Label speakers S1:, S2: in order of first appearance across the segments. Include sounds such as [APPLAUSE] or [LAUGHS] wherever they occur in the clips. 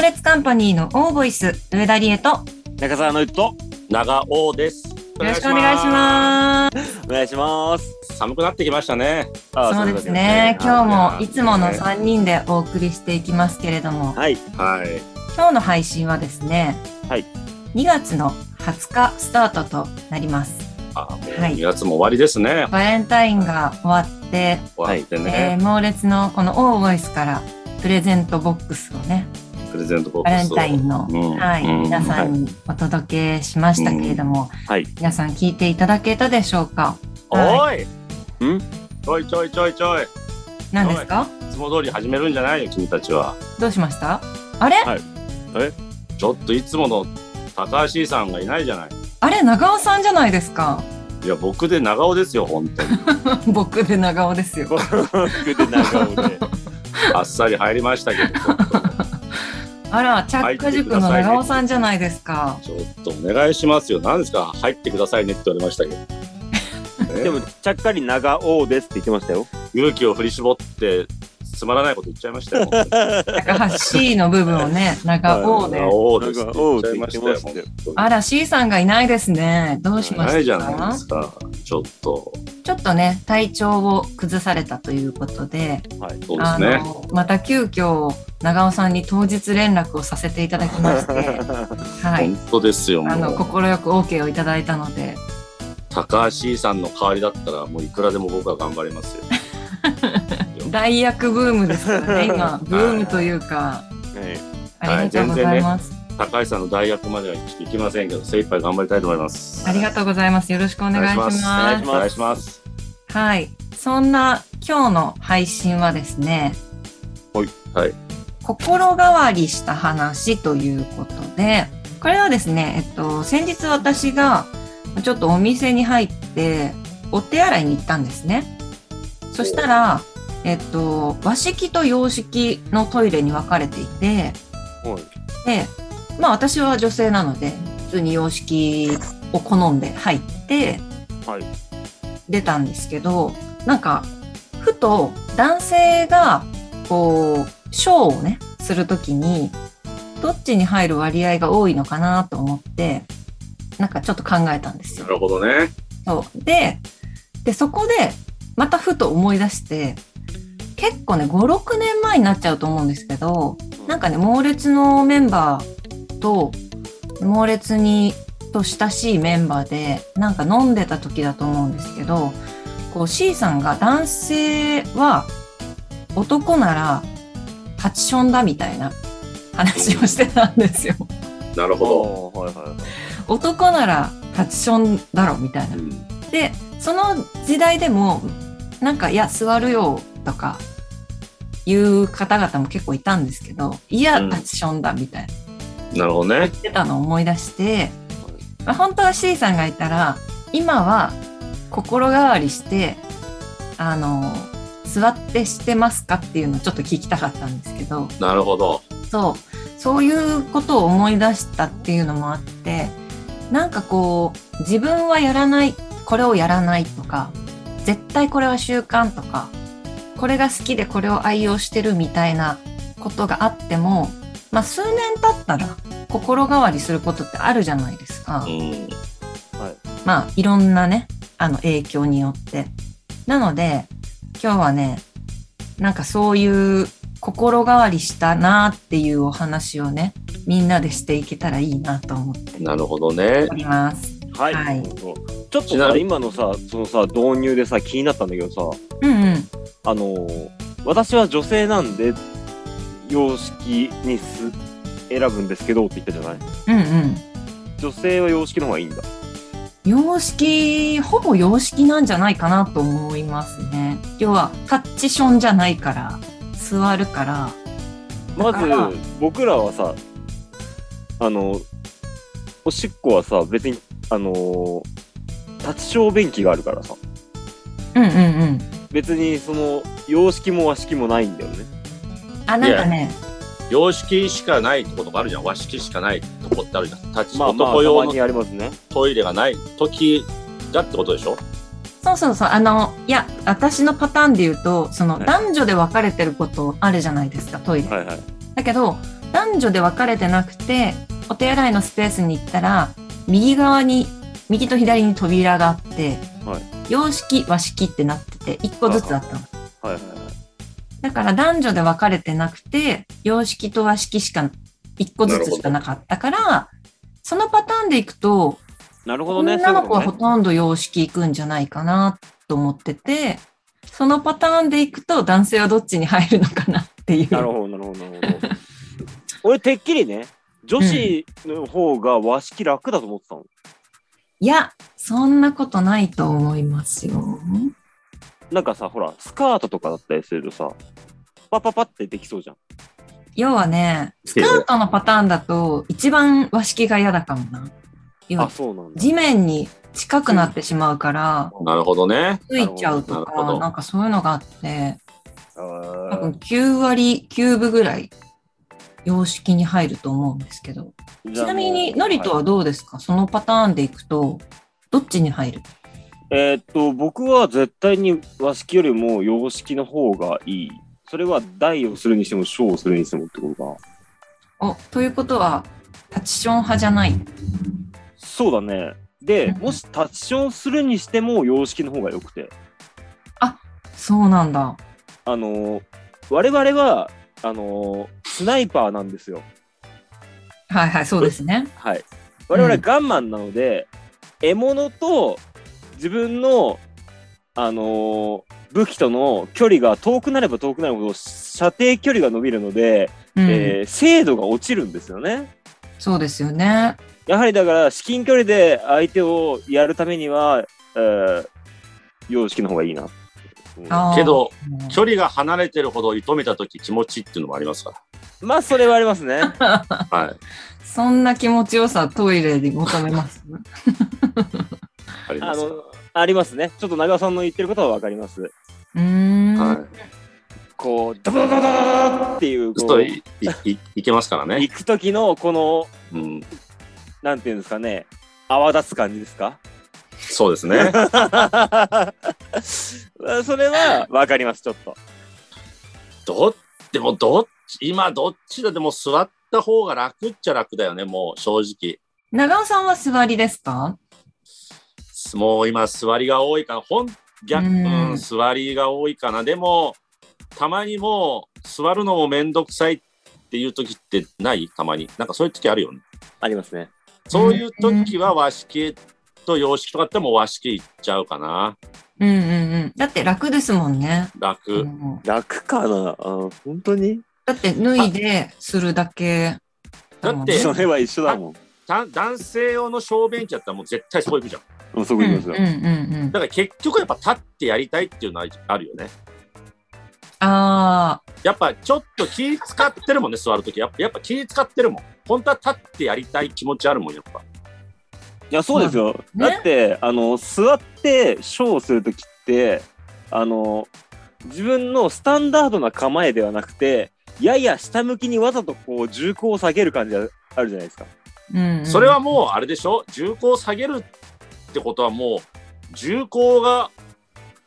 S1: レッツカンパニーのオーボイス、上田理恵と、よ
S2: 中澤のゆと
S3: 長尾です。
S1: ろしくお願いします。
S2: お願いします。
S3: 寒くなってきましたね。
S2: あー
S1: そうですね。今日もいつもの
S2: は
S1: 3人でお送りしていきますけれども、
S2: い。
S3: はい。
S1: 今日の配信はですね、
S2: はい
S1: 2月の20日スタートとなります。
S3: あ、もう
S1: はい
S3: 2月も終わりですね。
S1: バレンタインが終わって、
S3: 終わって
S1: え
S3: ね。
S1: ー猛烈のこのオーボイスからプレゼントボックスをね、
S3: プレゼントボッ
S1: バレ
S3: クス
S1: ン
S3: を。
S1: タインの、
S3: うん
S1: はい、
S3: うん
S1: 皆さんにお届けしましたけれども、
S2: はい。
S1: 皆さん聞いていただけたでしょうか
S3: おい。
S2: うん
S3: ちょいちょいちょいちょい。い
S1: 何ですか
S3: つも通り始めるんじゃないよ、君たちは。
S1: どうしましたあれ、
S2: はい
S3: ちょっといつもの高橋さんがいないじゃない。
S1: あれ長尾さんじゃないですか [LAUGHS]
S3: いや、僕で長尾ですよ、本当に。
S1: 僕で長尾ですよ
S2: 僕 [LAUGHS] で長尾で。
S3: あっさり入りましたけど。
S1: あらチャック塾の長尾さんじゃないですか
S3: ちょっとお願いしますよ。何ですか入ってくださいねって言われましたけど。ね
S2: でも、ちゃっかり長尾ですって言ってましたよ。
S3: 勇気を振り絞って、つまらないこと言っちゃいましたよ。本当に
S1: [LAUGHS] 高橋 C の部分を
S3: [LAUGHS]
S1: ね長尾で
S3: お
S2: なん
S3: ですっ
S2: か
S3: て言っちゃいましたよ。
S2: おうって言って
S3: 本当に
S1: あら C さんがいないですねどうしま
S3: ないじ
S1: し
S3: ゃ
S1: た
S3: ないで
S1: か
S3: すか。ちょっと、
S1: ちょっとね体調を崩されたということで
S2: はい。
S3: そうです
S1: あ
S3: ね。
S1: のまた急遽長尾さんに当日連絡をさせていただきま
S3: [LAUGHS]
S1: してはい
S3: 本当ですよ。
S1: あの
S3: もう
S1: 快く OK をいただいたので
S3: 高橋さんの代わりだったら、もういくらでも僕は頑張りますよ。
S1: 代役ブームですからね今ブームというかありがとうございます、
S3: 高橋さんの代役までは行きませんけど、精一杯頑張りたいと思います。
S1: ありがとうございますよろしくお願いします
S3: お願いします。お
S2: お
S3: 願
S2: 願
S3: い
S2: い
S3: し
S2: し
S3: ま。
S2: ます
S1: はいそんな今日の配信はですね
S2: はい
S3: はい
S1: 心変わりした話ということでこれはですねえっと先日私がちょっとお店に入ってお手洗いに行ったんですねそしたらえっと和式と洋式のトイレに分かれていて
S2: はい。
S1: で、まあ私は女性なので、普通に洋式を好んで入って
S2: はい。
S1: 出たんですけど、なんか、ふと男性が、こう、ショーをね、するときに、どっちに入る割合が多いのかなと思って、なんかちょっと考えたんです
S3: な
S1: よ。
S3: るほどね。
S1: そう。で、で、そこで、またふと思い出して、結構ね、5、6年前になっちゃうと思うんですけど、なんかね、猛烈のメンバーと、猛烈にと親しいメンバーで、なんか飲んでた時だと思うんですけど、こう C さんが男性は男なら立ちションだみたいな話をしてたんですよ。
S3: なるほ
S2: おーはいはいはい。
S1: 男なら立ちションだろみたい
S3: ど。
S1: な
S3: う。ん
S1: で、その時代でも、なんか、いや、座るよとか、いう方々も結構いたんですけど、いや、
S3: うん
S1: 立ちションだみたいな。
S3: なるほどね。
S1: ってたのを思い出して、まあ、本当は C さんがいたら今は心変わりしてあの座ってしてますかっていうのをちょっと聞きたかったんですけど
S3: なるほど。
S1: そうそういうことを思い出したっていうのもあってなんかこう自分はやらないこれをやらないとか絶対これは習慣とかこれが好きでこれを愛用してるみたいなことがあっても、まあ、数年経ったら心変わりすることってあるじゃないですか。
S3: うん。
S1: まあ、いろんなね、あの影響によって。なので、今日はね、なんかそういう心変わりしたなっていうお話をね、みんなでしていけたらいいなと思って
S3: なるほどね
S1: お。ります。
S2: はい。
S1: はい
S2: ちょっと
S3: ちな
S2: さ、
S3: み
S2: 今のさ、そのさ、導入でさ、気になったんだけどさ、
S1: うんうん。
S2: あのー、私は女性なんで、様式にす選ぶんですけどって言ったじゃない
S1: うんうん。
S2: 女性は様式の方がいいんだ。
S1: 様式、ほぼ様式なんじゃないかなと思いますね。要は、タッチションじゃないから、座るから、
S2: まず
S1: あ
S2: 僕らはさあのおしっこはさ別にあの立ち小便器があるからさ
S1: うんうんうん。
S2: 別にその洋式も和式もないんだよね
S1: あ、なんかね、
S3: 洋式しかないとことがあるじゃん。和式しかないとこってあるじゃん。立ち
S2: まあまあ
S3: 男
S2: た
S3: 用
S2: ま
S3: の
S2: にありますね
S3: トイレがない時だってことでしょ
S1: そうそうそう。あの、いや、私のパターンで言うと、その、
S2: はい
S1: 男女で分かれてることあるじゃないですか、トイレ。
S2: はいはい
S1: だけど男女で分かれてなくてお手洗いのスペースに行ったら右側に右と左に扉があって、
S2: は
S1: 洋式和式ってなってて1個ずつあったの
S2: はいはいはい。
S1: だから男女で分かれてなくて洋式と和式しか1個ずつしかなかったからそのパターンでいくと
S2: なるほどね。
S1: 女の子は
S2: そうい
S1: ほ
S2: うことね
S1: とんど洋式行くんじゃないかなと思っててそのパターンでいくと男性はどっちに入るのかなっていう。
S2: なるほど、なるほど、なるほど。 [LAUGHS] 俺、てっきりね、女子の方が和式楽だと思ってたの。
S1: いや、そんなことないと思いますよ。
S2: なんかさ、ほら、スカートとかだったりするとさ、パパパってできそうじゃん。
S1: 要はね、スカートのパターンだと一番和式が嫌だかもな。要
S2: あ、
S1: は
S2: そうなんだ。
S1: 地面に近くなってしまうから、
S3: なるほどね。
S1: ついちゃうと
S3: なるほ
S1: か、
S3: ど
S1: なんかそういうのがあって、
S2: あ
S1: 多分
S2: ー
S1: 9割9分ぐらい洋式に入ると思うんですけど。ちなみに、ノリとはどうですか、そのパターンでいくと、どっちに入る
S2: えーっと、僕は絶対に和式よりも洋式の方がいい。それは大をするにしても小をするにしてもってことか。
S1: お、ということは、タッチション派じゃない。
S2: そうだね。で、
S1: うん
S2: もしタッチションするにしても洋式の方が良くて。
S1: そうなんだ。
S2: あのー我々は、あのースナイパーなんですよ。
S1: はいはい、そうですね。
S2: はい。我々
S1: う
S2: は
S1: ん
S2: ガンマンなので、獲物と自分の、あのー武器との距離が遠くなれば遠くなるほど射程距離が伸びるので、
S1: うん
S2: えー精度が落ちるんですよね。
S1: そうですよね。
S2: やはりだから至近距離で相手をやるためには、えー、様式の方がいいな。うん
S1: あー
S3: けど、
S1: うん
S3: 距離が離れてるほど射止めた時気持ちっていうのもありますか
S2: まあそれはあります
S1: [LAUGHS]
S2: ね。
S3: ら。はい。
S1: そんな気持ちよさトイレで求め [LAUGHS] ます
S3: ありま
S2: あ
S3: す
S2: のありますね。ちょっと長尾さんの言ってることはわかります。
S1: うーん、
S3: か。はい。
S2: こうドドドドドドっていう
S3: ちょ
S2: こ
S3: っと
S2: う
S3: いいいいけますからね。
S2: 行く時のこの
S3: うん。
S2: なんていうんですかね泡立つ感じです [LAUGHS] か。
S3: そうですね。
S2: それはわかりますちょっと。
S3: どっでもどっち今どっちだでも座った方が楽っちゃ楽だよねもう正直
S1: 長尾さんは座りですか
S3: もう今座りが多いからほん逆
S1: う
S3: うんん座りが多いかなでもたまにもう座るのも面倒くさいっていう時ってないたまになんかそういう時あるよね
S2: ありますね。
S3: そういう時は和式と洋式とかってもう和式いっちゃうかな
S1: うんうんうん。だって楽ですもんね。
S3: 楽、
S1: うん
S2: 楽かな。あー本当に。
S1: だって脱いでするだけ
S3: だ
S1: もん
S3: っ
S1: ね。
S3: て
S2: それは一緒だもん。
S3: た男性用の小便器だったらもう絶対そこ行くじゃん
S2: うんそこ
S1: うんう
S2: 行
S1: ん
S2: き
S1: う
S2: ますよ。
S1: ん
S3: だから結局やっぱ立ってやりたいっていうのはあるよね
S1: ああ、
S3: やっぱちょっと気使ってるもんね、座るとき。やっぱやっぱ気使ってるもん。本当は立ってやりたい気持ちあるもん、やっぱ。
S2: いやそうですよ、
S1: ね
S2: だってあの座ってショーをする時ってあの自分のスタンダードな構えではなくてやや下向きにわざとこう重厚を下げる感じがあるじゃないですか
S1: うん、うん。
S3: それはもうあれでしょ重厚を下げるってことはもう、重厚が、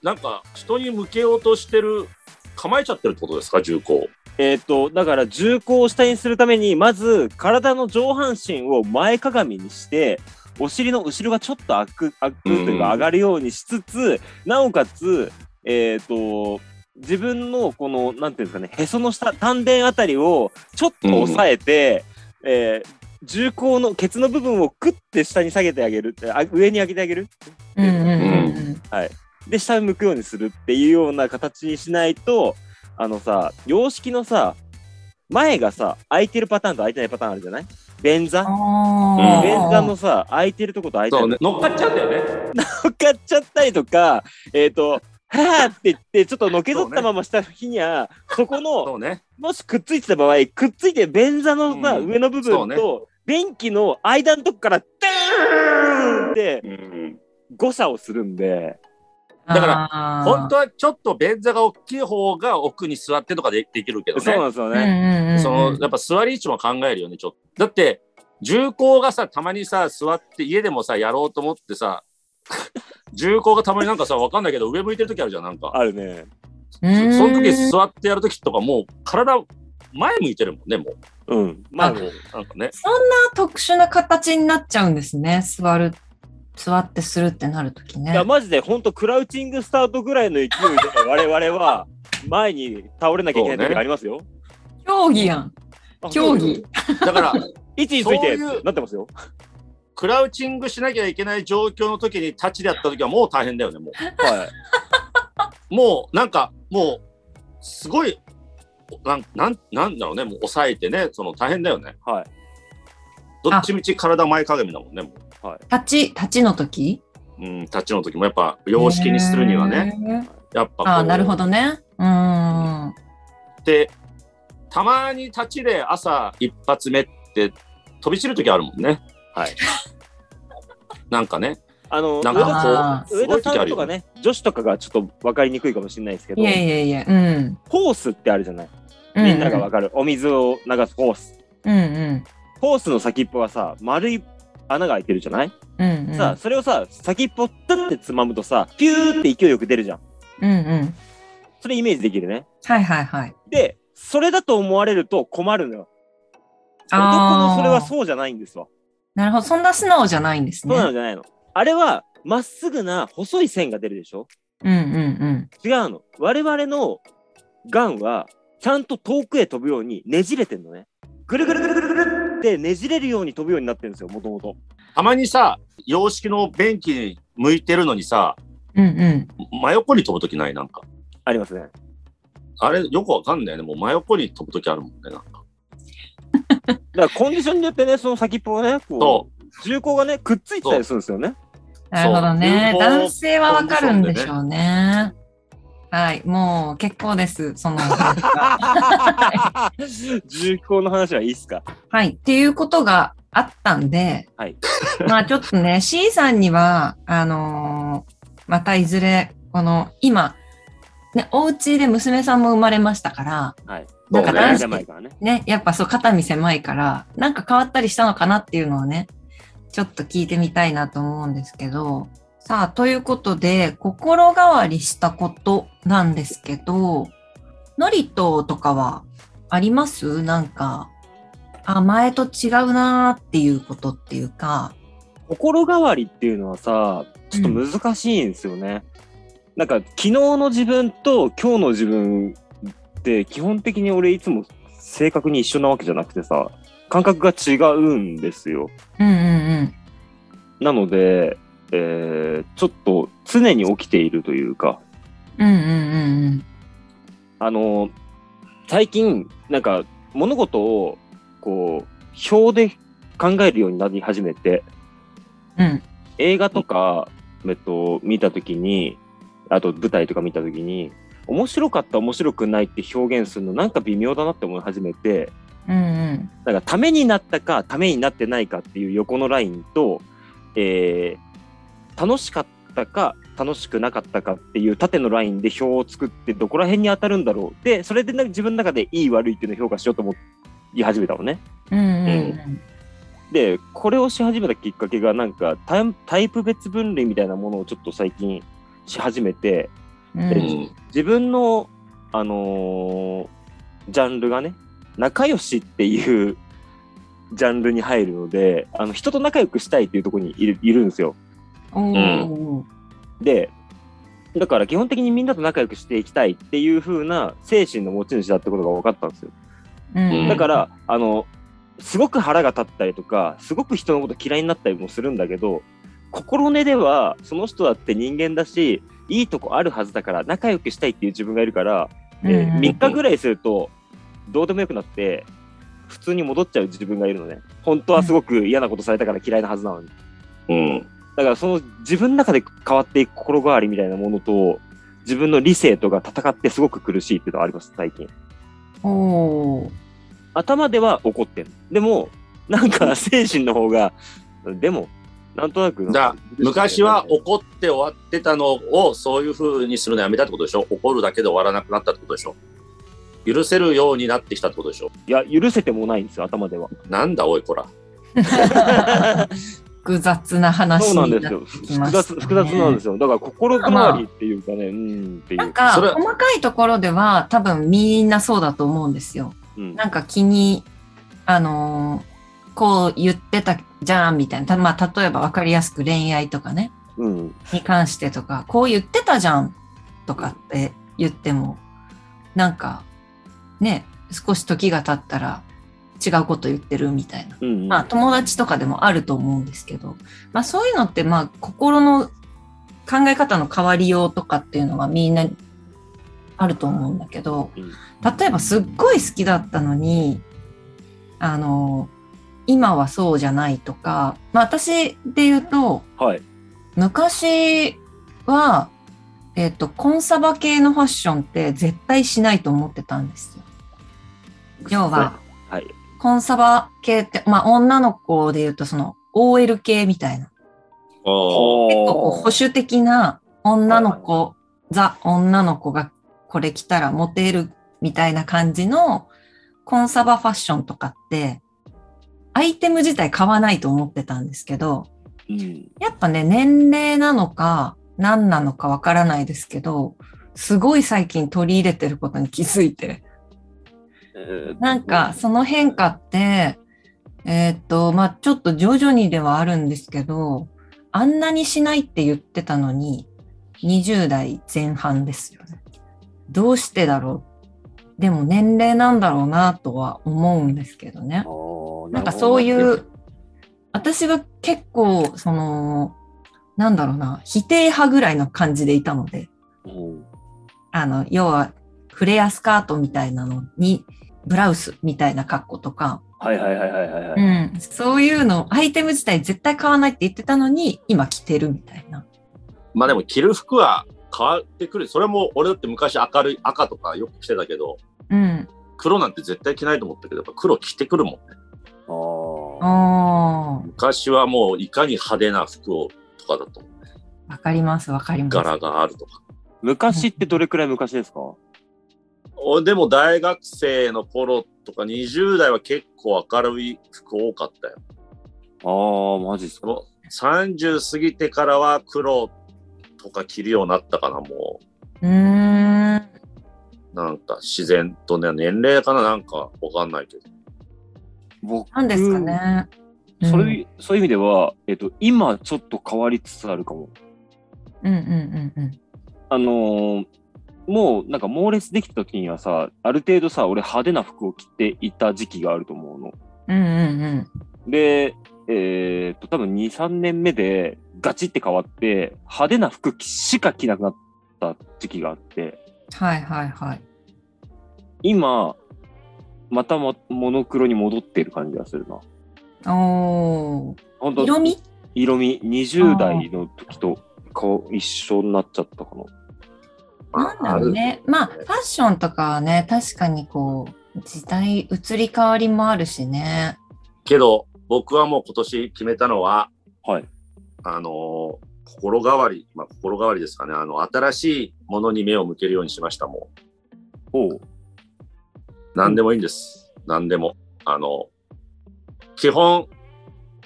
S3: なんか人に向けようとしてる、構えちゃってるってことですか、重厚を。
S2: えっ、とだから重厚を下にするためにまず体の上半身を前かがみにしてお尻の後ろがちょっと開く開くという
S3: うん
S2: か上がるようにしつつなおかつえっ、と自分のこのなんていうんですかねへその下丹田あたりをちょっと押さえて、えー重厚のケツの部分をクッて下に下げてあげるあ上に上げてあげる
S1: うんうんうんうん。
S2: で下向くようにするっていうような形にしないとあのさ洋式のさ前がさ空いてるパターンと空いてないパターンあるじゃない便座
S1: ああ。
S2: 便座のさ空いてるとこと空いてない
S3: そう
S2: とこ
S3: ね、乗っかっちゃうんだよね。
S2: 乗っかっちゃったりとかえっ、と「はあ」って言ってちょっとのけぞったまました日にゃそ,、この
S3: そうね。
S2: もしくっついてた場合くっついて便座のさ、
S3: うん
S2: 上の部
S3: そう
S2: 分
S3: ね
S2: と、便器の間のとこからダーンって
S3: うん。
S2: 誤差をするんで。
S1: だ
S3: だから
S1: ら
S3: 本当はちょっと便座が大きい方が奥に座ってとかでできるけどね。
S2: そうなんですよね、
S1: ね
S3: そのやっぱ座り位置も考えるよねちょっとだって重厚がさたまにさ座って家でもさやろうと思ってさ [LAUGHS] 重厚がたまになんかさわかんないけど上向いてる時あるじゃんなんか
S2: あるね。
S1: そ
S3: そその時座ってやる時とかもう体前向いてるもんねもう
S2: うん。まあ
S1: あ、
S3: なんかね。
S1: そんな特殊な形になっちゃうんですね。座る、座ってするってなるとき
S2: い
S1: ね
S2: や、。マジで本当クラウチングスタートぐらいの勢いで我々は前に倒れなきゃいけない時がありますよ。
S1: 競技やん。
S2: あ
S1: 競技。
S3: だから、
S2: 位置についてっ
S3: そうい
S2: て
S3: う
S2: なってますよ。
S3: クラウチングしなきゃいけない状況の時に立ちでやった時はもう大変だよね、も
S2: は
S3: う。もう、なんか、もう、すごい、なん、なん、なんだろうね、もう抑えてね、その大変だよね。
S2: い。はい。
S3: どっちみち体前かがみだもんね、も
S1: 立ち、立ちの時
S3: う。うん、立ちの時もやっぱ、様式にするにはね、。
S1: へー
S3: やっぱこう。
S1: ああ、なるほどね。うーん。
S3: で、たまに立ちで朝一発目って飛び散る時あるもんね。はい。 [LAUGHS] なんかね、
S2: あの、
S3: なん
S2: 上田
S1: あー
S3: かこう、す
S2: 上
S3: ごい
S2: 田
S3: 時
S2: さ
S3: あ
S2: ん
S3: る
S2: と
S3: よ
S2: か
S3: ね。
S2: ね、女子とかがちょっと分かりにくいかもしれないですけど
S1: い、やいやいや、うん。
S2: ホースってあるじゃない。
S1: う
S2: みんなが分かる。お水を流すホース。
S1: うんうん。
S2: ホースの先っぽはさ、丸い穴が開いてるじゃない、
S1: うんうん。
S2: さあ、それをさ、先っぽってってつまむとさ、ピューって勢いよく出るじゃん。
S1: うんうん。
S2: それイメージできるね。
S1: はいはいはい。
S2: で、それだと思われると困るのよ。男のそれは
S1: う。
S2: そうじゃないんですわ。
S1: なるほど。そんな素直じゃないんです
S2: そう
S1: ね。
S2: なのじゃないの。あれは、まっすぐな細い線が出るでしょ
S1: うんうん
S2: 違うの。我々のガンは、ちゃんと遠くへ飛ぶようにねじれてんのね。ぐるぐるぐるぐるぐるってねじれるように飛ぶようになってるんですよ、もともと。
S3: たまにさ、洋式の便器に向いてるのにさ、
S1: うん。うんうん。
S3: 真横に飛ぶ時ないなんか。
S2: ありますね。
S3: あれ、よくわかんないね。もう真横に飛ぶ時あるもんね。なんか
S2: だからコンディションによってね、その先っぽがね、こ、
S3: そう
S2: 重厚がね、くっついてたりするんですよね。
S1: なるほどね。
S3: そう
S1: 男性はわかるんでしょうね。はい。もう結構です。その。
S2: [LAUGHS] 重厚の話はいいっすか。
S1: はい。っていうことがあったんで、
S2: はい。
S1: まあちょっとね、C さんには、あのーまたいずれ、この、今、ね、お家で娘さんも生まれましたから、
S2: はい。
S1: なんか
S3: そうね
S1: 男
S2: じゃない
S1: 子、
S2: からね。
S1: ね、やっぱそう、肩身狭いから、なんか変わったりしたのかなっていうのをね、ちょっと聞いてみたいなと思うんですけど、さあ、ということで、心変わりしたことなんですけど、ノリととかはありますなんか、あ、前と違うなーっていうことっていうか、
S2: 心変わりっていうのはさ、ちょっと難しいんですよね。なんか、昨日の自分と今日の自分って、基本的に俺いつも正確に一緒なわけじゃなくてさ、感覚が違うんですよ。
S1: うんうん
S2: なので、えーちょっと常に起きているというか、
S1: うん。うんうん
S2: あの最近なんか物事をこう表で考えるようになり始めて
S1: うんうん。うん。
S2: 映画とか、えっと、見た時にあと舞台とか見た時に面白かった面白くないって表現するのなんか微妙だなって思い始めて
S1: うん
S2: なんかためになったかためになってないかっていう横のラインと、えー楽しかったか楽しくなかったかっていう縦のラインで表を作ってどこら辺に当たるんだろうでそれでなんか自分の中でいい悪いっていうのを評価しようと思い始めたのね。
S1: うん。うんうん
S2: でこれをし始めたきっかけがなんかタイタイプ別分類みたいなものをちょっと最近し始めて
S1: うん。う
S3: うんん。
S2: 自分の、あのージャンルがね仲良しっていう [LAUGHS] ジャンルに入るのであの人と仲良くしたいっていうところにいるいるんですよ。
S1: おー。
S2: でだから基本的にみんなと仲良くしていきたいっていう風な精神の持ち主だってことが分かったんですよ。
S1: うん
S2: だから、あのすごく腹が立ったりとかすごく人のこと嫌いになったりもするんだけど心根ではその人だって人間だしいいとこあるはずだから仲良くしたいっていう自分がいるから、え
S1: うんうん
S2: 3日ぐらいするとどうでもよくなって普通に戻っちゃう自分がいるのね本当はすごく嫌なことされたから嫌いなはずなのに
S3: うん。
S2: だからその自分の中で変わっていく心変わりみたいなものと自分の理性とが戦ってすごく苦しいっていうのはあります最近。
S1: おー。
S2: 頭では怒ってる。でも、なんか精神の方が、でも、なんとなく。
S3: だ昔は怒って終わってたのをそういう風にするのやめたってことでしょ怒るだけで終わらなくなったってことでしょ許せるようになってきたってことでしょ
S2: いや、許せてもないんですよ、頭では。
S3: なんだおいこら
S1: 複雑な
S2: そ
S1: 話
S2: うなんで
S1: にな
S2: す
S1: っ
S2: よ。
S1: きま
S2: 複
S1: した
S2: 雑、
S1: ね
S2: 複雑なんですよ。だから心変わりっていうかね、うんってい
S1: なん
S2: う。
S1: か
S3: それ
S1: 細かいところでは多分みんなそうだと思うんですよ。
S2: うん
S1: なんか気にあのーこう言ってたじゃんみたいな、たまあ、例えば分かりやすく恋愛とかね、
S2: うん。
S1: に関してとか、こう言ってたじゃんとかって言っても、なんか、ね、少し時が経ったら違うこと言ってるみたいな。
S2: うん。
S1: まあ、友達とかでもあると思うんですけど、まあ、そういうのって、まあ、心の考え方の変わりようとかっていうのはみんなあると思うんだけど
S2: うん、
S1: 例えばすっごい好きだったのに、あの、今はそうじゃないとか、まあ、私で言うと、
S2: はい。
S1: 昔は、えっと、コンサバ系のファッションって絶対しないと思ってたんですよ。要は、
S2: はい。
S1: コンサバ系って、まあ、女の子で言うと、その、OL 系みたいな。
S3: あ
S1: 結構こう保
S2: 結
S1: 守的な女の子、ザ女の子がこれ着たらモテるみたいな感じのコンサバファッションとかって、アイテム自体買わないと思ってたんですけど、
S2: うん。
S1: やっぱね、年齢なのか、何なのかわからないですけど、すごい最近取り入れてることに気づいて。なんか、その変化って、えーっと、まあ、ちょっと徐々にではあるんですけど、あんなにしないって言ってたのに、20代前半ですよね。どうしてだろう。でも年齢なんだろうなとは思うんですけどね。
S2: あー
S1: なんかそうい。
S2: るほど
S1: う、私は結構、その、なんだろうな、否定派ぐらいの感じでいたので、
S2: うん
S1: あの、要は、フレアスカートみたいなのに、ブラウスみたいな格好とか、
S2: はいはいはいはいはいは
S1: う
S2: い。
S1: ん、そういうの、アイテム自体絶対買わないって言ってたのに、今着てるみたいな。
S3: まあでも着る服は変わってくる。それも俺だって昔明るい赤とかよく着てたけど、
S1: うん。
S3: 黒なんて絶対着ないと思ったけど、やっぱ黒着てくるもんね。
S2: ああ。
S1: おー
S3: 昔はもういかに派手な服をとかだと思う。
S1: わかります、わかります。
S3: 柄があるとか。
S2: 昔ってどれくらい昔ですか
S3: おでも大学生の頃とか20代は結構明るい服多かったよ。
S2: ああ、マジっす
S3: で
S2: か。
S3: も30過ぎてからは黒とか着るようになったかな、も
S1: うーん。
S3: う。なんか自然とね、年齢かななんかわかんないけど。
S2: 僕
S1: なんですかね。
S2: それ、そういう意味では、えっと、今ちょっと変わりつつあるかも。
S1: うん、うんうんうんうん。
S2: あのーもうなんか猛烈できた時にはさ、ある程度さ、俺派手な服を着ていた時期があると思うの。
S1: うんうんうん。
S2: で、えーっと、多分2、3年目でガチって変わって、派手な服しか着なくなった時期があって、
S1: はいはいはい。
S2: 今、またもモノクロに戻ってる感じがするな。
S1: お
S2: 本
S1: ー。
S2: 当
S1: 色味
S2: 色味、20代の時と顔一緒になっちゃったかな。
S1: なんだろうね。まあ、ファッションとかはね、確かにこう、時代移り変わりもあるしね。
S3: けど、僕はもう今年決めたのは、
S2: はい。
S3: あのー心変わり、まあ、心変わりですかね。あの、新しいものに目を向けるようにしました、もう。
S2: おう。
S3: 何でもいいんです。何でも。あの、基本、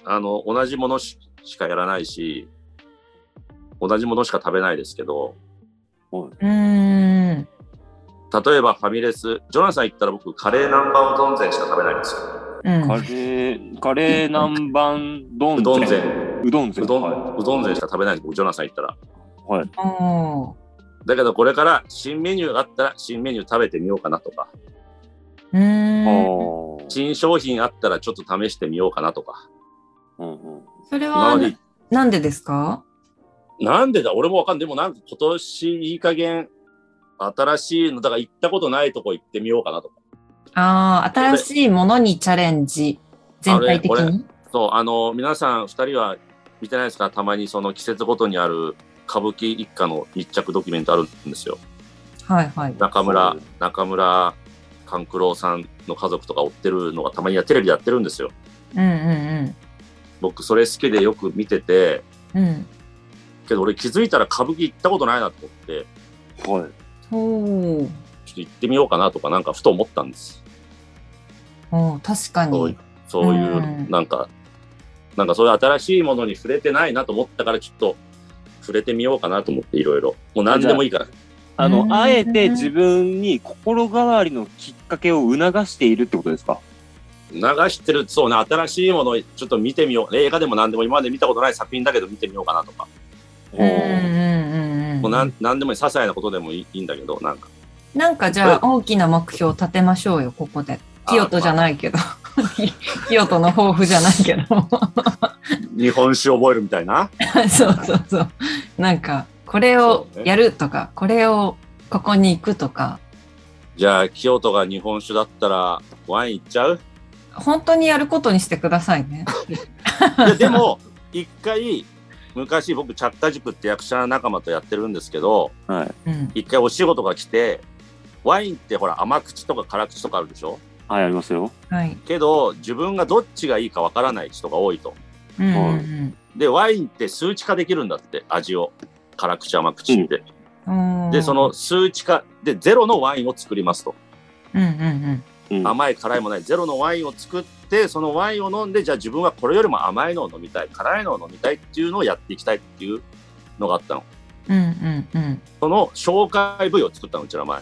S3: あの、同じものししかやらないし、同じものしか食べないですけど、
S1: うーん。
S3: 例えばファミレス、ジョナサン行ったら僕、カレー南蛮うどん膳しか食べないんですよ。
S1: うん
S2: カレー、カレー南蛮丼
S3: うどん膳、
S2: うどんぜ
S3: うどん、
S2: は
S3: うどん膳しか食べないんです、僕、ジョナサン行ったら。
S1: おー
S3: だけどこれから新メニューがあったら新メニュー食べてみようかなとか、
S1: う
S2: い。
S1: ーん。
S2: あ
S3: 新商品あったらちょっと試してみようかなとか。
S2: あ。うんうん。
S1: それ
S3: 今
S1: は
S3: ま、で、
S1: なんでですか
S3: なんでだ俺もわかんない。でもなんか今年いい加減、新しいの、だから行ったことないとこ行ってみようかなとか。
S1: ああ、新しいものにチャレンジ。全体的
S3: あれ
S1: に。
S3: そう、あの、皆さん2人は見てないですかたまにその季節ごとにある歌舞伎一家の密着ドキュメントあるんですよ。
S1: はいはい。
S3: 中村
S2: そう、
S3: 中村勘九郎さんの家族とか追ってるのがたまにやテレビでやってるんですよ。
S1: うんうん
S3: 僕それ好きでよく見てて、
S1: うん。うん。
S3: けど俺気づいたら歌舞伎行ったことないなと思って、
S2: はい。
S1: おー
S3: ちょっと行ってみようかなとかなんかふと思ったんです。
S1: おー確か
S3: そう
S1: に。
S3: そうい
S1: うん
S3: う、なんか、なんかそういう新しいものに触れてないなと思ったからちょっと触れてみようかなと思っていろいろ。もう何でもいいから。
S2: あ
S1: う
S2: の
S1: ん、
S2: あえて自分に心変わりのきっかけを促しているってことですか
S3: 流してる、そうね、新しいものをちょっと見てみよう。映画でも何でも今まで見たことない作品だけど見てみようかなとか。
S1: うんうんうんうん
S3: もうなん何でもいい、些細なことでもいいいいんだけど、なんか。
S1: なんかじゃあ大きな目標を立てましょうよ、ここで。清人じゃ
S3: い。
S1: ないけど。 [LAUGHS] 清人の抱負じゃないけど。 [LAUGHS]
S3: まあ日本酒覚えるみたいな。
S1: そうそうそう。なんか、これをやるとか、これをここに行くとか、
S3: じゃあ、清人が日本酒だったらワインいっちゃう
S1: 本当にやることにしてくださいね。
S3: いやでも、一回、昔僕、チャッカ塾って役者仲間とやってるんですけど、
S2: はい。
S1: うん。
S3: 一回お仕事が来て、ワインってほら甘口とか辛口とかあるでしょ
S2: はい、ありますよ。
S1: はい。
S3: けど自分がどっちがいいかわからない人が多いと。
S1: うんうん
S3: でワインって数値化できるんだって味を辛口甘口って。
S1: うん、おー
S3: でそ、の数値化でゼロのワインを作りますと。
S1: うんうんうん。
S2: うん。
S3: 甘い辛いもないゼロのワインを作ってそのワインを飲んでじゃあ自分はこれよりも甘いのを飲みたい辛いのを飲みたいっていうのをやっていきたいっていうのがあったの。
S1: うんうん
S3: その紹介部位を作ったのうちら前。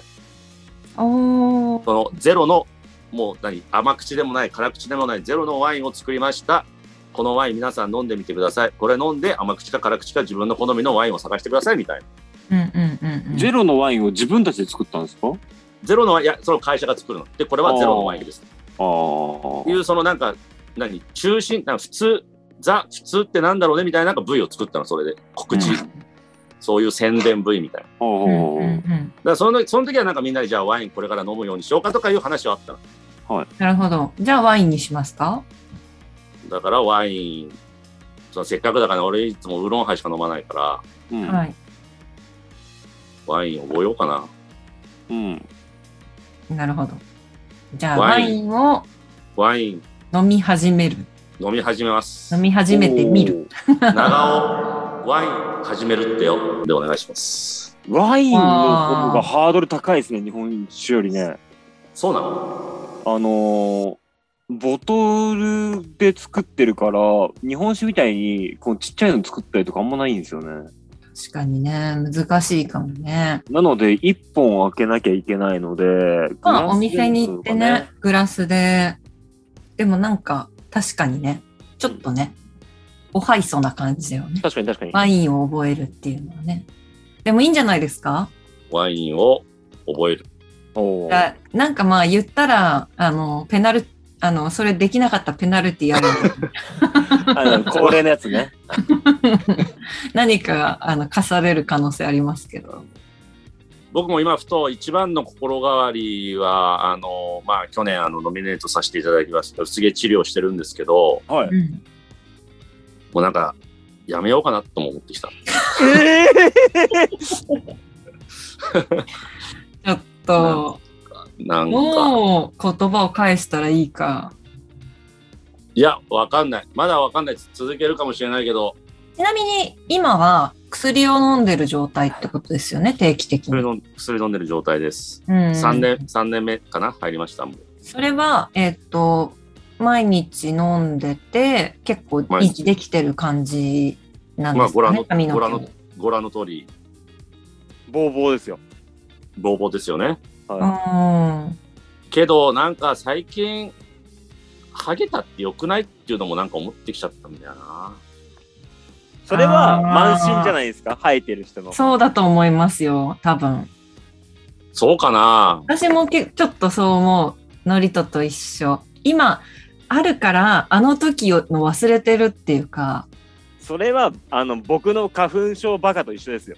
S1: うん。おー
S3: そのゼロの、もう何、甘口でもない、辛口でもない、ゼロのワインを作りました。このワイン皆さん飲んでみてください。これ飲んで甘口か辛口か自分の好みのワインを探してくださいみたいな。
S1: うんうんうんうん。
S2: ゼロのワインを自分たちで作ったんですかあ
S3: ゼロのワイン、いや、その会社が作るの。で、これはゼロのワインです。
S2: あ
S3: いう、そのなんか、何、中心、なんか普通、ザ、普通ってなんだろうねみたいななんか部位を作ったの、それで。告知、そういう宣伝部位みたいな。だ
S1: うんうんうんうん。
S3: からその時、その時はなんかみんなでじゃあワインこれから飲むようにしようかとかいう話はあったの。
S1: なるほど。じゃあワインにしますか
S3: だからワイン、そのせっかくだから俺いつもウーロンハイしか飲まないから、
S2: うん
S1: はい。
S3: ワイン覚えようかな。
S2: うん。
S1: なるほど。じゃあワ
S3: ワイン
S1: インを
S3: ワイン
S1: 飲み始める。
S3: 飲み始めます
S1: 飲。み始めてみる。
S3: 長尾、ワイン始めるってよ。でお願いします。
S2: おー。ワインの方がハードル高いですね、日本酒よりね。
S3: そうなの
S2: あのーボトルで作ってるから、日本酒みたいにこうちっちゃいの作ったりとかあんまないんですよね。
S1: 確かにね、難しいかもね。
S2: なので、一本開けなきゃいけないので、グ
S1: まあ、
S2: ラス
S1: お店に行ってね、グラスで。でもなんか、確かにね、ちょっとね、おはいそな感じだよね。
S2: 確かに確かに。
S1: ワインを覚えるっていうのはね。でもいいんじゃないですか
S3: ワインを覚える。
S2: おー
S1: だなんかまあ言ったら、あの、ペナル、あの、それできなかったペナルティある
S3: [LAUGHS]
S2: あの恒例のやつね。
S1: ので何か、あの、課される可能性ありますけど。
S3: 僕も今ふと一番の心変わりは、あの、まあ、去年あのノミネートさせていただきました。薄毛治療してるんですけど、
S2: はい。
S1: うん
S3: もうなんか、やめようかなとも思ってきた。
S2: え
S1: ちょっと、
S3: なんか、
S1: もう言葉を返したらいいか。
S3: いや、わかんない。まだわかんないです。続けるかもしれないけど、
S1: ちなみに今は薬を飲んでる状態ってことですよね、定期的に。
S3: 薬飲ん薬飲んでる状態です。
S1: うん
S3: 3年、3年目かな入りました。もう
S1: それは、えっと、毎日飲んでて、結構
S3: 毎
S1: 維
S3: 日
S1: 持できてる感じなんです
S3: まあご
S1: か
S3: 覧
S1: ね
S3: の、
S1: 髪の
S3: ご
S1: 毛
S3: 覧
S1: も
S3: の。ご覧の通り、
S2: ボーボーですよ。
S3: ボーボーですよね。
S2: は
S1: うん
S3: けどなんか最近ハゲたって良くないっていうのもなんか思ってきちゃったんだよな。
S2: い。それは
S1: あー
S2: 満身じゃないですか、生えてる人の。
S1: そうだと思いますよ、多分。
S3: そうかな
S1: 私もけちょっとそう思う。ノリトと一緒。今、あるから、あの時の忘れてるっていうか、
S2: それはあの僕の花粉症バカと一緒です
S1: [LAUGHS]
S2: よ。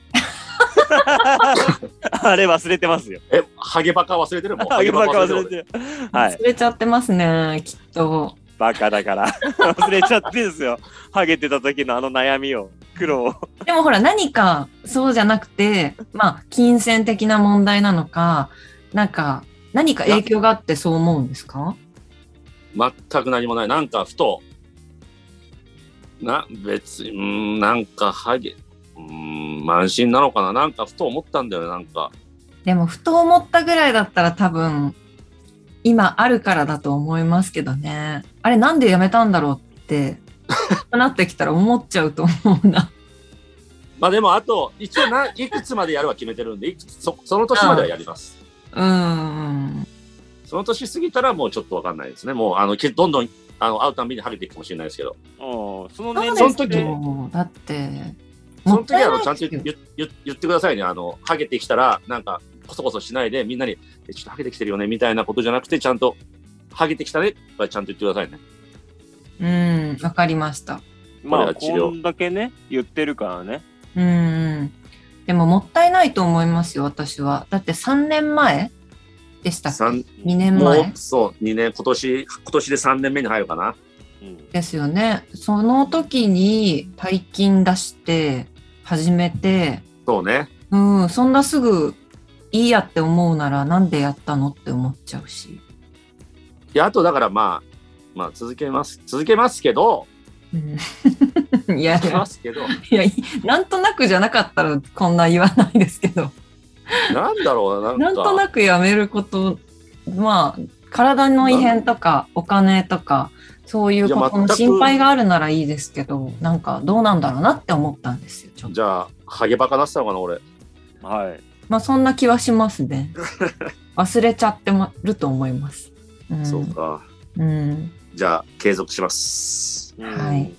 S2: あれ忘れてますよ。
S3: え、ハゲバカ忘れてるもう
S2: ハゲバカ忘れて
S3: る。
S2: る。はい
S1: 忘。れちゃってますね、きっと。
S2: バカだから。 [LAUGHS] 忘れちゃってんですよ。ハゲてた時のあの悩みを、苦労を。
S1: でもほら何かそうじゃなくて、まあ金銭的な問題なのか、なんか何か影響があってそう思うんですか
S3: 俺全く何もない。なんかふと、な、別に、うーん、なんかハゲ、うーん、満身なのかななんかふと思ったんだよね、なんか。
S1: でもふと思ったぐらいだったら多分今あるからだと思いますけどね。あれなんでやめたんだろうっ
S2: [LAUGHS]
S1: て、なってきたら思っちゃうと思うな。
S3: まあでもあと、一応な、いくつまでやるは決めてるんで、いくつそその年まではやります。
S1: うん。
S3: その年過ぎたらもうちょっとわかんないですね。もう、あの、けどんどん、あの、会うたんびにハゲていくかもしれないですけど。
S2: うんそ
S1: そ
S2: の年
S1: う
S2: 齢
S3: そ
S1: で
S3: の
S1: すけ
S3: 時
S2: で
S1: ど、だって、
S3: その時はあの、ち
S1: も
S3: ゃ
S1: っ
S3: ん
S1: た
S3: と
S1: いない
S3: 言
S1: ですよ
S3: 言言ってくださいね。あの、ハゲてきたら、なんか、こそこそしないで、みんなに、えちょっとハゲてきてるよね、みたいなことじゃなくて、ちゃんと、ハゲてきたね、はちゃんと言ってくださいね。
S1: うん、わかりました。
S3: これ
S2: まあ
S3: は治療
S2: こんだけね言ってるからね
S1: うん。でももったいないと思いますよ、私は。だって3年前でしたっけ
S3: 三
S1: 2年
S3: も
S1: 前
S3: う、そう、2年、今年、今年で3年目に入るかな。
S2: うん
S1: ですよね。その時に大金出して、始めて、
S3: そうね。
S1: うん、そんなすぐいいやって思うならなんでやったのって思っちゃうし。
S3: いや、あとだからまあ、まあ、続けます。続けますけど、
S1: うん [LAUGHS] いやい
S3: 続けま
S1: や
S3: すけど、
S1: いやいなんとなくじゃなかったらこんな言わないですけど
S3: なんだろうな、
S1: な
S3: なんんか。
S1: となくやめることまあ体の異変とかお金とかそういうこと
S3: いや全
S1: の
S3: く
S1: 心配があるならいいですけどなんかどうなんだろうなって思ったんですよちょっと
S3: じゃあ、ハゲバカだったのかな、俺。
S2: はい
S1: まあそんな気はします
S3: [LAUGHS]
S1: ね忘れちゃってまると思います、うん、
S3: そうか。
S1: うん
S3: じゃあ、継続します。
S2: うん
S1: はい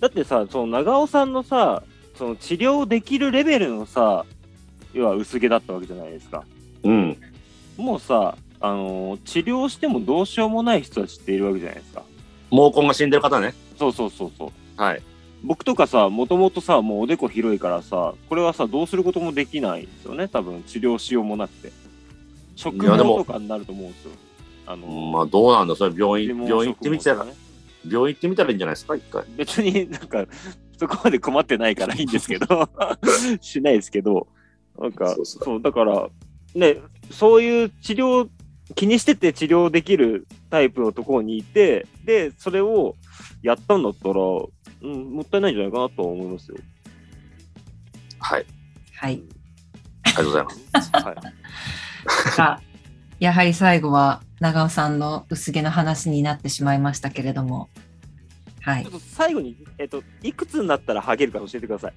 S2: だってさその長尾さんのさその治療できるレベルのさ要は薄毛だったわけじゃないですか
S3: うん。
S2: もうさあのー治療してもどうしようもない人たちっているわけじゃないですか
S3: 毛根が死んでる方ね。
S2: そうそうそうそう
S3: はい。
S2: 僕とかさもともとさもうおでこ広いからさこれはさどうすることもできないんですよね多分治療しようもなくて食
S3: いや
S2: 病
S3: でも
S2: とかになると思うんですよあのー
S3: まあ、どうなんだ、それ病
S2: 自
S3: 院、
S2: 問
S3: 病院行ってみた
S2: 食
S3: ら、
S2: 物とかね
S3: 病院行ってみたらいいんじゃないですか、一回。
S2: 別になんかそこまで困ってないからいいんですけ
S3: [LAUGHS]
S2: どしないですけどなんか
S3: そ
S2: そうう
S3: そう
S2: だからねそういう治療気にしてて治療できるタイプのところにいてでそれをやったんだったら、うん、もったいないんじゃないかなとは思いますよ。
S3: はい。
S1: はい
S3: ありがとうございます。
S2: はい、
S1: がやはり最後は長尾さんの薄毛の話になってしまいましたけれどもはい
S2: ちょっと最後に、えっといくつになったらハゲるか教えてください。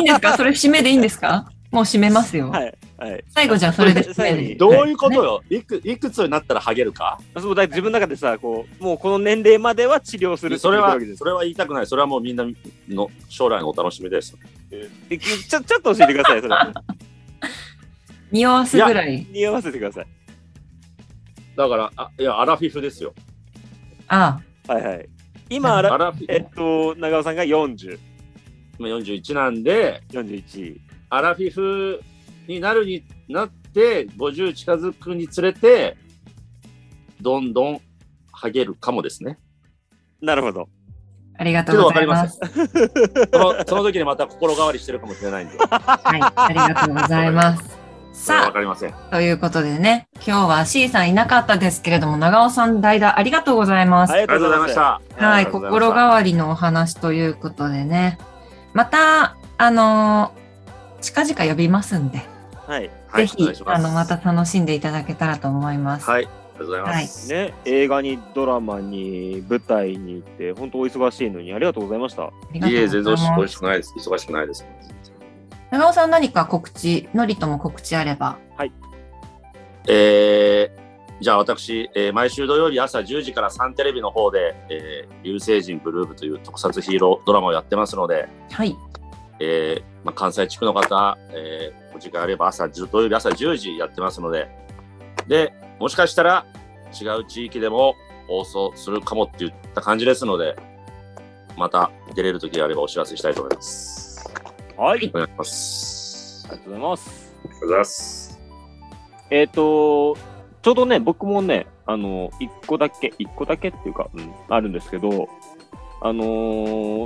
S1: いいですかそれ締めでいいんですかもう締めますよ、
S2: はい、はい、
S1: 最後じゃあそれで締めで
S3: [LAUGHS] どういうことよ、いくいくつになったらハゲるか
S2: そうだ自分の中でさこうもうこの年齢までは治療するって
S3: それ
S2: 言ってる
S3: は
S2: わけで、す
S3: それは言いたくない。それはもうみんなの将来のお楽しみです。
S2: えちょちょっと教えてください
S3: [LAUGHS]
S2: それ
S1: 匂わすぐらい
S2: 匂わせてください
S3: だから、あいや、アラフィフですよ。
S1: あ
S2: はいはい今あ
S3: ア
S2: ら
S3: ラフィ
S2: えっ
S3: フ、
S2: と長尾さんが4041
S3: 今41なんで、アラフィフになるになって、50近づくにつれて、どんどんハゲるかもですね。
S2: なるほど
S1: あありがとうございます
S3: そのその時にまた心変わりしてるかもしれないんで。
S1: はいありがとうござい
S3: [LAUGHS]
S1: ます
S3: それはわ
S1: さ
S3: かりません。
S1: あということでね今日は C さんいなかったですけれども長尾さん代打ありがとうございます
S2: あり
S3: ありがとうございましたた。
S1: は
S2: あ
S1: い、
S2: りがとうございました
S1: 心変わりのお話ということでね。また、あのー近々呼びますんで、
S2: はい
S3: はい、
S1: ぜ
S3: お
S1: ひ
S3: 願いし、す
S1: あの、また。楽しんでいただけたらと思います。
S3: はい、ありがとうございます。
S2: ね映画にドラマに舞台に行って本当お忙しいのにありがとうございました
S1: ありがと
S3: いうえ、
S1: ございま
S3: 全然おし
S1: す
S3: おいしくないです。忙しくないです。
S1: 長尾さん何か告知、のりとも告知あれば。
S3: えー、じゃあ私、えー毎週土曜日朝10時からサンテレビの方で、えー、流星人ブルーブという特撮ヒーロードラマをやってますので、
S1: はい。
S3: えーまあ、関西地区の方、えーお時間あれば朝10土曜日朝10時やってますので、で、もしかしたら違う地域でも放送するかもっていった感じですので、また出れる時があればお知らせしたいと思います。
S2: はいあり
S3: お願いします。あ
S2: が
S3: り
S2: とうございます
S3: がとうございます。
S2: えっ、と、ちょうどね、僕もね、あの、一個だけ、一個だけっていうか、うん、あるんですけど、あの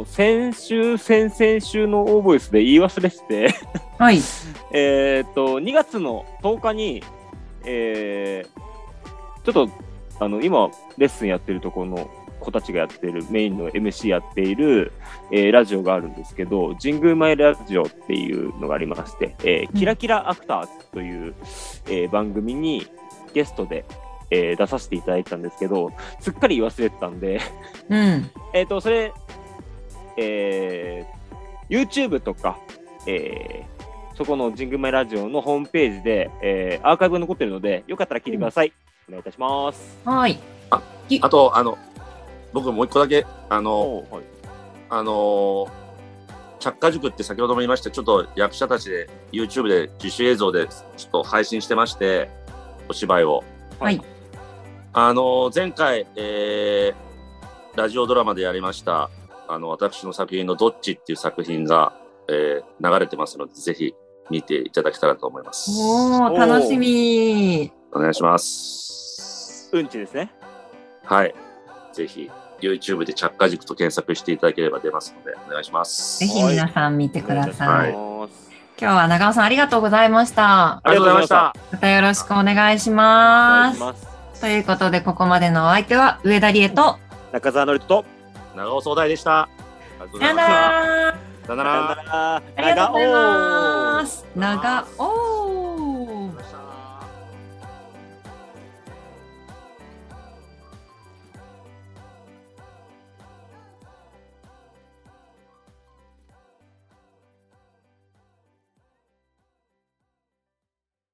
S2: ー先週、先々週のオーボイスで言い忘れてて、
S1: はい。
S2: えっと、2月の10日に、えーちょっと、あの、今、レッスンやってるところの子たちがやってる、メインの MC やっている、えーラジオがあるんですけど、神宮前ラジオっていうのがありまして、えー
S1: うん
S2: キラキラアクターズという、えー番組にゲストで、えー出させていただいてたんですけど、すっかり言い忘れてたんで、
S1: うん。
S2: えっ、と、それ、えー YouTube とか、えーそこの神宮前ラジオのホームページで、えーアーカイブが残ってるので、よかったら聞いてください。お願いいたします。
S1: はい。
S3: あと、あの、僕もう一個だけ、あの、
S2: おはい、
S3: あのー着火塾って先ほども言いました、ちょっと役者たちで YouTube で自主映像でちょっと配信してまして、お芝居を。
S1: はい。
S3: あのー前回、えーラジオドラマでやりました、あの、私の作品のどっちっていう作品が、えー流れてますので、ぜひ見ていただけたらと思います。お
S1: おー、楽しみ。
S3: 願いします。
S2: うんちですね。
S3: はい。ぜひ、YouTube で着火塾と検索していただければ出ますので、お願いします。
S1: ぜひ皆さん見てください。
S3: はい
S1: 今日は長尾さんありがとうございました。
S3: ありがとうございました。
S1: またよろしくお願いし
S2: お願
S1: ま
S2: いし
S1: す。
S2: ます。
S1: ということで、ここまでのお相手は上田理恵と、
S2: 中澤のりと、
S3: 長尾総大でした。ありがとうご
S1: さよ
S3: ざいま
S1: な
S3: した。
S1: ら。
S3: さよな
S2: さよな
S3: ら
S2: ら
S1: ありがとうございます。
S3: 長尾
S1: 長尾。